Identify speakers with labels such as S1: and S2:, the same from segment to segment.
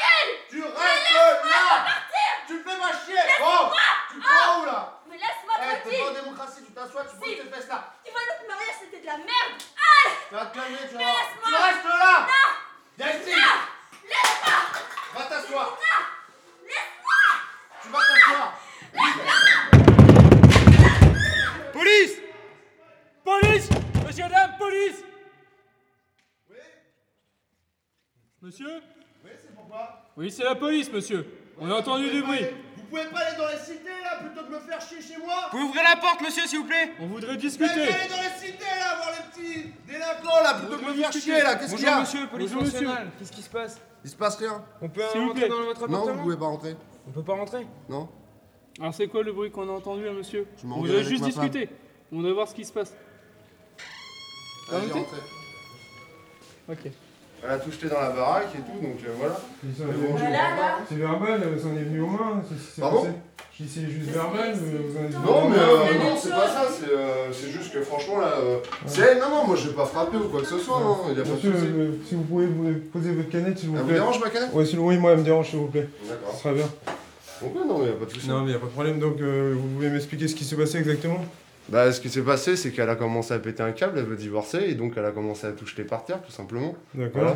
S1: Eh,
S2: Ah.
S3: Monsieur
S1: Oui, c'est pourquoi
S3: Oui, c'est la police, monsieur. On a entendu du bruit.
S1: Vous pouvez pas aller dans la cité là plutôt que me faire chier chez moi
S4: Vous ouvrez la porte, monsieur, s'il vous plaît
S3: On
S1: Vous
S3: voudrait
S1: pouvez
S3: discuter.
S1: pas aller dans la cité là voir les petits délinquants là plutôt que me faire chier là Qu'est-ce qu'il y
S4: Bonjour,
S1: a
S4: monsieur, police
S3: Bonjour, monsieur.
S4: nationale. Qu'est-ce qui se passe
S1: Il se passe rien.
S4: On peut
S3: S'il vous
S4: rentrer
S3: plaît.
S4: dans votre
S1: Non, vous
S4: appartement
S1: pouvez pas rentrer.
S4: On peut pas rentrer
S1: Non
S3: Alors, c'est quoi le bruit qu'on a entendu, là, monsieur
S1: Je
S3: On
S1: m'engueule
S3: voudrait
S1: avec
S3: juste
S1: ma femme.
S3: discuter. On doit voir ce qui se passe.
S1: Allez,
S3: Arrêtez.
S1: rentrez.
S3: Ok.
S1: Elle a tout jeté dans la baraque et tout, donc euh, voilà. Mais bon, je-
S2: Voilà, là.
S5: C'est verbal, euh, ça en est venu aux mains. c'est- c'est- c'est-
S1: Pardon
S5: c'est- Je dis c'est juste
S2: C'est-
S5: verbal, euh,
S2: c'est-
S5: mais vous en êtes
S2: c'est-
S5: venu
S1: Non,
S5: aux
S1: mais
S5: mains.
S1: euh,
S2: Mais
S1: non,
S2: les
S1: c'est
S2: choses-
S1: pas ça, c'est euh, c'est juste que franchement là. euh, c'est. Non, non, moi je vais pas frapper ou quoi que ce soit, hein, il y a pas de
S5: Monsieur,
S1: soucis.
S5: euh, si vous pouvez vous poser votre canette, s'il
S1: Elle
S5: vous
S1: vous
S5: plaît.
S1: dérange ma canette
S5: Ouais, s'il oui, moi, elle me dérange, s'il vous plaît. Ce
S1: D'accord.
S5: sera bien.
S1: Donc, ouais, non, mais y a pas de soucis.
S5: Non, mais y a pas de problème, donc euh, vous pouvez m'expliquer ce qui s'est passé exactement
S1: Bah, ce qui s'est passé, c'est qu'elle a commencé à péter un câble, elle veut divorcer, et donc elle a commencé à toucher les parterres, tout simplement.
S5: D'accord.
S1: Voilà.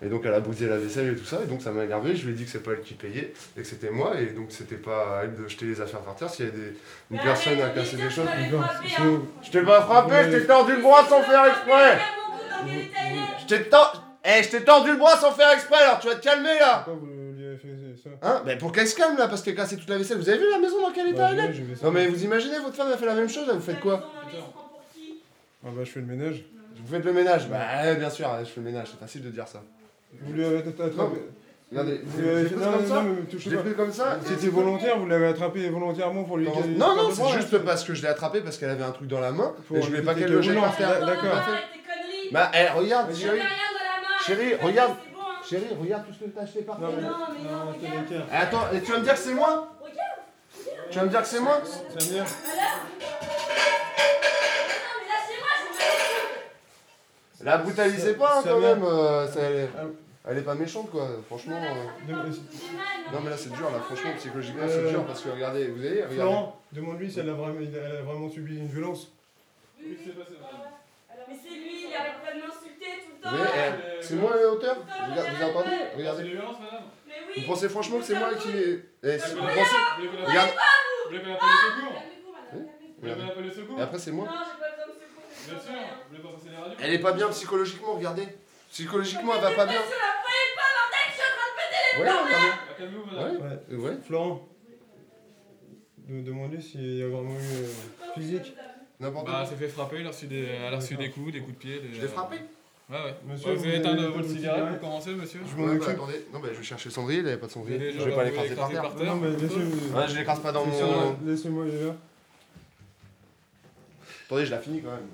S1: Et donc elle a bousillé la vaisselle et tout ça, et donc ça m'a énervé. Je lui ai dit que c'est pas elle qui payait, et que c'était moi, et donc c'était pas à elle de jeter les affaires par terre s'il y a des... une
S2: Mais
S1: personne
S2: arrêtez
S1: à
S2: de
S1: casser des
S2: lui dire
S1: choses.
S2: que je l'ai
S5: D'accord.
S2: frappé,
S5: Si
S2: hein.
S5: vous-
S1: Je t'ai pas frappé, je t'ai tordu le bras sans faire exprès
S2: Regarde mon bout, dans quel état il est.
S1: Je t'ai tordu... je t'ai tordu le bras sans faire exprès, alors tu vas te calmer là
S5: Pourquoi vous lui avez fait ça
S1: Hein Bah pour qu'elle se calme là, parce qu'elle a cassé toute la vaisselle. Vous avez vu la maison dans quel état
S5: Bah,
S1: elle est
S5: je vais- je vais-
S1: Non mais vous imaginez, votre femme a fait la même chose, là, vous faites quoi
S2: Non, mais il se prend pour qui
S5: Ah bah, je fais le ménage.
S1: Vous faites le ménage Bah ouais, bien sûr, je fais le ménage, c'est facile de dire ça.
S5: Vous lui avez attrapé.
S1: Non, mais- Regardez,
S5: Vous
S1: vous
S5: lui avez-
S1: l'avez fait
S5: Euh, Non,
S1: comme
S5: non,
S1: ça
S5: non, mais me touchez
S1: Je l'ai
S5: pas.
S1: pris comme ça et-
S5: C'était volontaire, vous l'avez attrapé volontairement pour lui.
S1: Comment-
S5: caler-
S1: Non, non,
S5: le bras, hein.
S1: c'est juste parce que je l'ai attrapée parce qu'elle avait un truc dans la main
S5: Pour
S1: et je voulais pas
S5: éviter
S1: qu'elle
S5: qu'elle
S1: le jette
S5: roule,
S1: par
S5: non,
S1: terre.
S2: Regarde dans la
S5: d'accord.
S2: main,
S1: Parfait.
S2: arrête tes conneries.
S1: Bah, eh, regarde,
S2: Je vais
S1: chérie,
S2: rien dans la main,
S1: Chérie,
S2: arrête tes
S1: regarde.
S2: conneries, c'est bon, hein.
S1: chérie, regarde tout ce que t'as acheté par
S5: Non,
S1: terre.
S5: mais
S2: Non, mais non,
S5: non,
S2: regarde.
S5: quel écart.
S1: Eh, Attends, et tu vas me dire que c'est moi
S2: Regarde.
S1: Tu vas me dire que c'est moi
S2: Non,
S5: Samir,
S2: mais lâchez-moi, je vais me mettre dessus.
S1: La brutalisez pas hein,
S5: Ça
S1: quand
S5: vient.
S1: même, euh, ça, elle, est,
S5: Ah.
S1: elle est pas méchante quoi,
S2: Je me
S1: franchement.
S2: lâche,
S1: euh.
S2: ça fait pas beaucoup de mal,
S1: Non mais là c'est dur là, franchement psychologiquement c'est
S5: Euh.
S1: dur parce que regardez, vous voyez, regardez.
S5: Florent, demande-lui si elle a, vraiment, elle a vraiment subi une violence.
S2: Oui, oui, ouais. Alors, Mais c'est lui, il arrête pas de m'insulter tout le
S1: Vous
S2: temps.
S1: voyez, eh, c'est moi la hauteur Regarde, Vous entendez Regardez.
S2: Mais
S1: Vous
S2: oui.
S1: pensez franchement que c'est moi qui l'ai. Eh, si vous pensez. Regarde.
S2: Calmez-vous, madame, calmez-vous.
S1: Regardez. Et après c'est moi.
S2: Non, j'ai pas hein. besoin de secours. j'ai besoin de rien.
S1: Elle est pas bien psychologiquement, regardez. Psychologiquement, elle va pas bien. Ouais, regardez. Ouais, ouais.
S5: Florent, de- demande-lui s'il y a vraiment eu euh, physique.
S1: N'importe
S6: Bah, elle
S1: quoi.
S6: s'est fait frapper, elle a reçu des, elle a reçu des coups, des coups de pied. Des...
S1: Je l'ai frappé.
S6: Ouais, ouais.
S5: Monsieur,
S6: Ouais, vous
S5: vous
S6: avez
S5: avez
S6: éteint
S5: éteint
S6: euh, votre
S5: votre
S6: cigarette
S5: cigarette
S6: pour commencer, monsieur
S5: Je m'en
S1: Ouais, bah,
S5: occupe.
S1: attendez. Non, mais je vais chercher le cendrier, il avait pas de
S6: Vous avez
S1: cendrier.
S6: déjà
S1: Je vais pas les
S6: vous
S1: écraser par
S6: écrasé
S1: terre.
S5: Non, mais laissez-moi.
S1: Ouais, je l'écrase pas dans mon.
S5: Laissez-moi, laissez-moi, il est là.
S1: Attendez, je la finis quand même.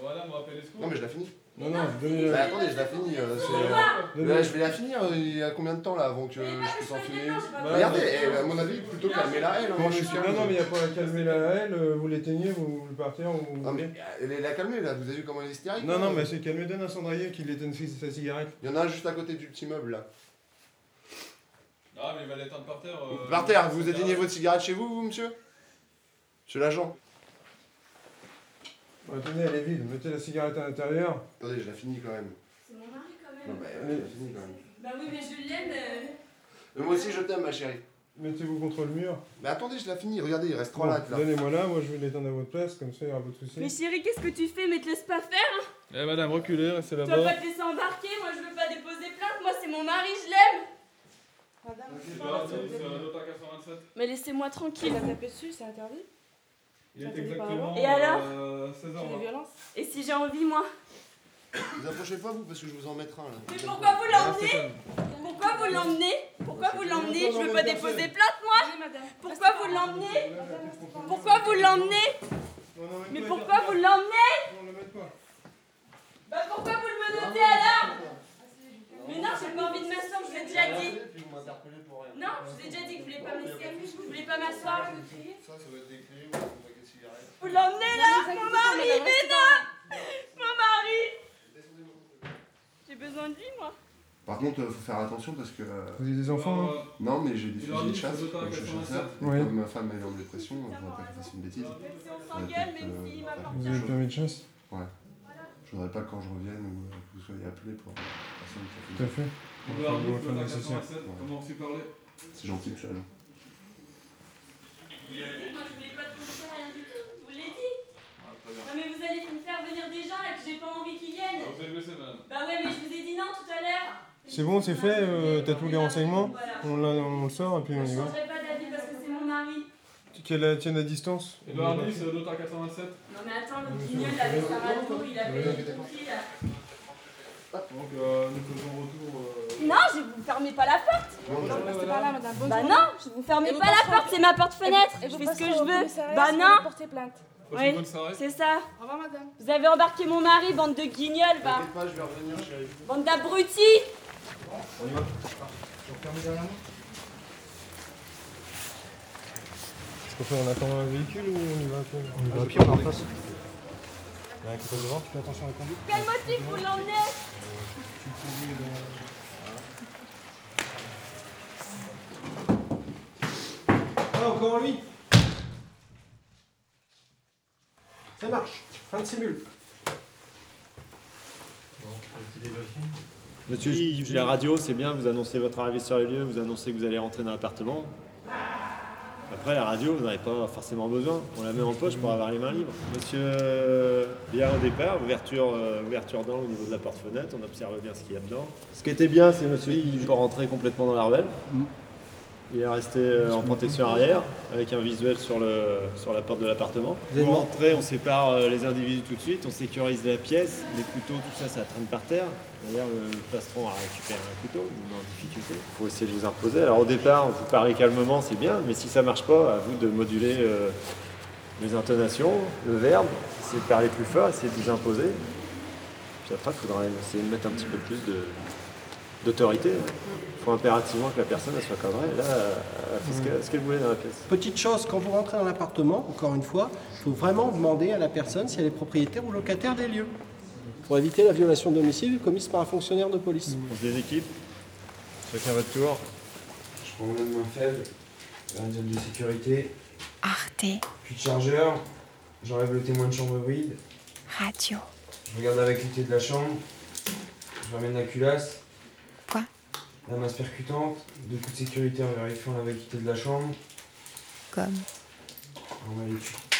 S6: Voilà, me rappelle les secours.
S1: Non, mais je la finis.
S5: Non, non, donnez
S1: Bah,
S5: la.
S1: attendez, je la finis. euh, c'est, euh, Là,
S5: Donnez
S1: je vais la finir. euh, Il y a combien de temps là avant que
S2: Mais
S1: euh,
S2: pas
S1: je
S2: que
S1: puisse
S2: je
S1: en
S2: sois
S1: finir
S2: violent, j'ai pas besoin.
S1: Regardez, elle, à mon avis, plutôt calmez-la elle. hein,
S5: Moi, je suis
S1: monsieur.
S5: Non, non, mais il n'y a pas à calmer la haine, euh, vous l'éteignez, vous le partez, vous
S1: Non, mais
S5: voulez.
S1: elle est la calmée là, vous avez vu comment elle est hystérique
S5: Non, non,
S1: hein
S5: mais c'est calmer, donne à Cendrier qu'il éteigne sa sa cigarette.
S1: Il y en a un juste à côté du petit meuble là.
S6: Ah, mais il va l'éteindre par terre. euh,
S1: Par terre,
S6: le
S1: vous
S6: cigarette.
S1: éteignez votre cigarette chez vous, vous monsieur Monsieur l'agent
S5: Bon, tenez, elle est vide, mettez la cigarette à l'intérieur.
S1: Attendez, je la finis quand même.
S2: C'est mon mari quand
S1: Non,
S2: même.
S1: bah, je la finis quand même.
S2: Bah oui, mais je l'aime. euh,
S1: Mais moi aussi, je t'aime, ma chérie.
S5: Mettez-vous contre le mur.
S1: Mais attendez, je la finis. Regardez, il reste trois
S5: Bon,
S1: lattes là.
S5: Donnez-moi là, moi je vais l'éteindre à votre place, comme ça il y aura pas de soucis.
S2: Mais chérie, qu'est-ce que tu fais Mais te laisse pas faire
S6: Eh, madame, reculez, restez
S2: Tu vas
S6: là-bas.
S2: pas te laisser embarquer, moi je veux pas déposer plainte, moi c'est mon mari, je l'aime
S7: Madame,
S6: bah, C'est pas- c'est- c'est un autre à 87.
S2: Mais laissez-moi tranquille
S7: il a tapé dessus, c'est interdit.
S6: Il est
S7: Attendez,
S6: exactement.
S7: pardon.
S2: Et alors
S6: euh, 16
S7: C'est
S6: heures,
S7: des
S6: voilà.
S7: violences.
S2: Et si j'ai envie, moi
S1: Vous approchez pas, vous, parce que je vous en mettrai un là.
S2: Mais pourquoi vous
S6: Restez
S2: l'emmenez
S6: calme.
S2: Pourquoi vous l'emmenez Pourquoi vous l'emmenez Je veux pas déposer plainte, moi
S7: Oui, madame.
S2: Pourquoi vous l'emmenez
S7: Madame, c'est pas grave.
S2: Pourquoi vous l'emmenez Mais pourquoi vous l'emmenez Bah pourquoi vous le menottez alors Mais non, j'ai pas envie de m'asseoir, je vous ai déjà dit
S1: Puis vous m'interpellez pour rien.
S2: Non, je vous ai déjà dit que je voulais pas m'escafouer, je voulais pas m'asseoir
S1: Ça, ça doit être des clés ou un paquet de cigarettes.
S2: Vous l'emmenez là, mon mari, mais non Mon mari J'ai besoin de lui, moi
S1: Par contre, euh, faut faire attention parce que. euh,
S5: Vous avez des enfants hein
S6: Euh,
S1: Non, mais j'ai des
S6: Il
S1: fusils de
S6: leur dit
S1: chasse,
S6: que c'est
S1: donc je suis
S6: autant à
S1: chasseur. Et
S5: Ouais.
S1: Comme ma femme elle est en dépression, on va pas qu'elle fasse une bêtise.
S2: Même si on s'engueule, même s'il
S5: hein
S2: m'appartient.
S5: Vous avez le permis de chasse
S1: Je voudrais pas que quand je revienne ou euh, que vous soyez appelé pour euh, personne qui a
S5: Tout
S1: fait
S5: à fait.
S6: on
S5: Enfin,
S6: va
S5: on va faire de
S6: revenir à
S5: la société.
S6: 87, Comment on s'est parlé
S1: une- C'est gentil, monsieur l'agent.
S2: Moi, je voulais pas te faire rien du tout, je vous l'ai dit
S6: Ah, très bien.
S2: Non, Non mais vous allez me faire venir des gens et que j'ai pas envie qu'ils viennent.
S6: Ah, Vous avez blessé, madame.
S2: Bah ouais, mais je vous ai dit non tout à l'heure.
S5: C'est bon, c'est fait, euh, t'as tous les renseignements
S2: Voilà.
S5: On, l'a- on le sort et puis
S2: Je
S5: on y va.
S2: changerai pas d'avis parce que c'est mon mari.
S5: Qu'elle la tienne à distance
S6: Edouard 10, notaire 427.
S2: Non mais attends, le guignol avec sa radio, il a payé tout prix là.
S6: Donc, euh, nous faisons retour.
S8: Non, je vous fermez pas la porte.
S7: Vous passez par là, madame. Bonne
S8: Bah
S7: journée.
S8: non, je vous
S7: Et
S8: fermez
S7: vous
S8: pas la
S7: passerez-
S8: porte, c'est ma porte-fenêtre.
S7: Et
S8: Je
S7: vous
S8: fais ce que
S7: passerez
S8: je
S7: au
S8: veux.
S7: commissariat
S8: Bah
S7: si
S8: non,
S7: vous portez plainte.
S6: Passez
S8: Oui.
S6: une bonne soirée.
S8: c'est ça.
S7: Au revoir, madame.
S8: Vous avez embarqué mon mari, bande de guignols, va.
S1: T'inquiète pas, je vais revenir, chérie.
S8: Bande d'abrutis
S5: Parce qu'on fait, on attend un véhicule ou on y va après On y va à pied, on est en face. devant, tu fais attention à la conduite.
S8: Quel motif vous l'emmenez
S5: Ah, encore lui Ça marche, fin de simule.
S9: Monsieur, j'ai la radio, c'est bien, vous annoncez votre arrivée sur les lieux, vous annoncez que vous allez rentrer dans l'appartement. Après, la radio, vous n'en avez pas forcément besoin. On la met en poche pour avoir les mains libres. Monsieur, euh, bien au départ, ouverture, euh, ouverture d'angle au niveau de la porte-fenêtre, on observe bien ce qu'il y a dedans. Ce qui était bien, c'est monsieur, il n'est pas rentré complètement dans la ruelle. Il est resté euh, en protection arrière, avec un visuel sur, le, sur la porte de l'appartement. Pour rentrer, on sépare euh, les individus tout de suite, on sécurise la pièce, les couteaux, tout ça, ça traîne par terre. D'ailleurs, le plastron a récupéré un couteau, il est en difficulté. Il faut essayer de vous imposer. Alors au départ, vous parlez calmement, c'est bien, mais si ça marche pas, à vous de moduler euh, les intonations, le verbe, essayer de parler plus fort, essayer de vous imposer. Puis après, il faudra essayer de mettre un petit peu plus de- d'autorité. Il faut impérativement que la personne elle soit cadrée. Là, euh, elle a fait ce qu'elle- ce qu'elle voulait dans la pièce.
S10: Petite chose, quand vous rentrez dans l'appartement, encore une fois, il faut vraiment demander à la personne si elle est propriétaire ou locataire des lieux. Pour éviter la violation de domicile commise par un fonctionnaire de police.
S9: On se déséquipe.
S5: Chacun votre tour.
S10: Je prends une main faible, un zone de sécurité. Arte. Puis de chargeur, j'enlève le témoin de chambre vide.
S11: Radio.
S10: Je regarde la vacuité de la chambre. Je ramène la culasse.
S11: Quoi
S10: La masse percutante. Deux coups de sécurité en vérifiant la vacuité de la chambre.
S11: Comme.
S10: On a les cu-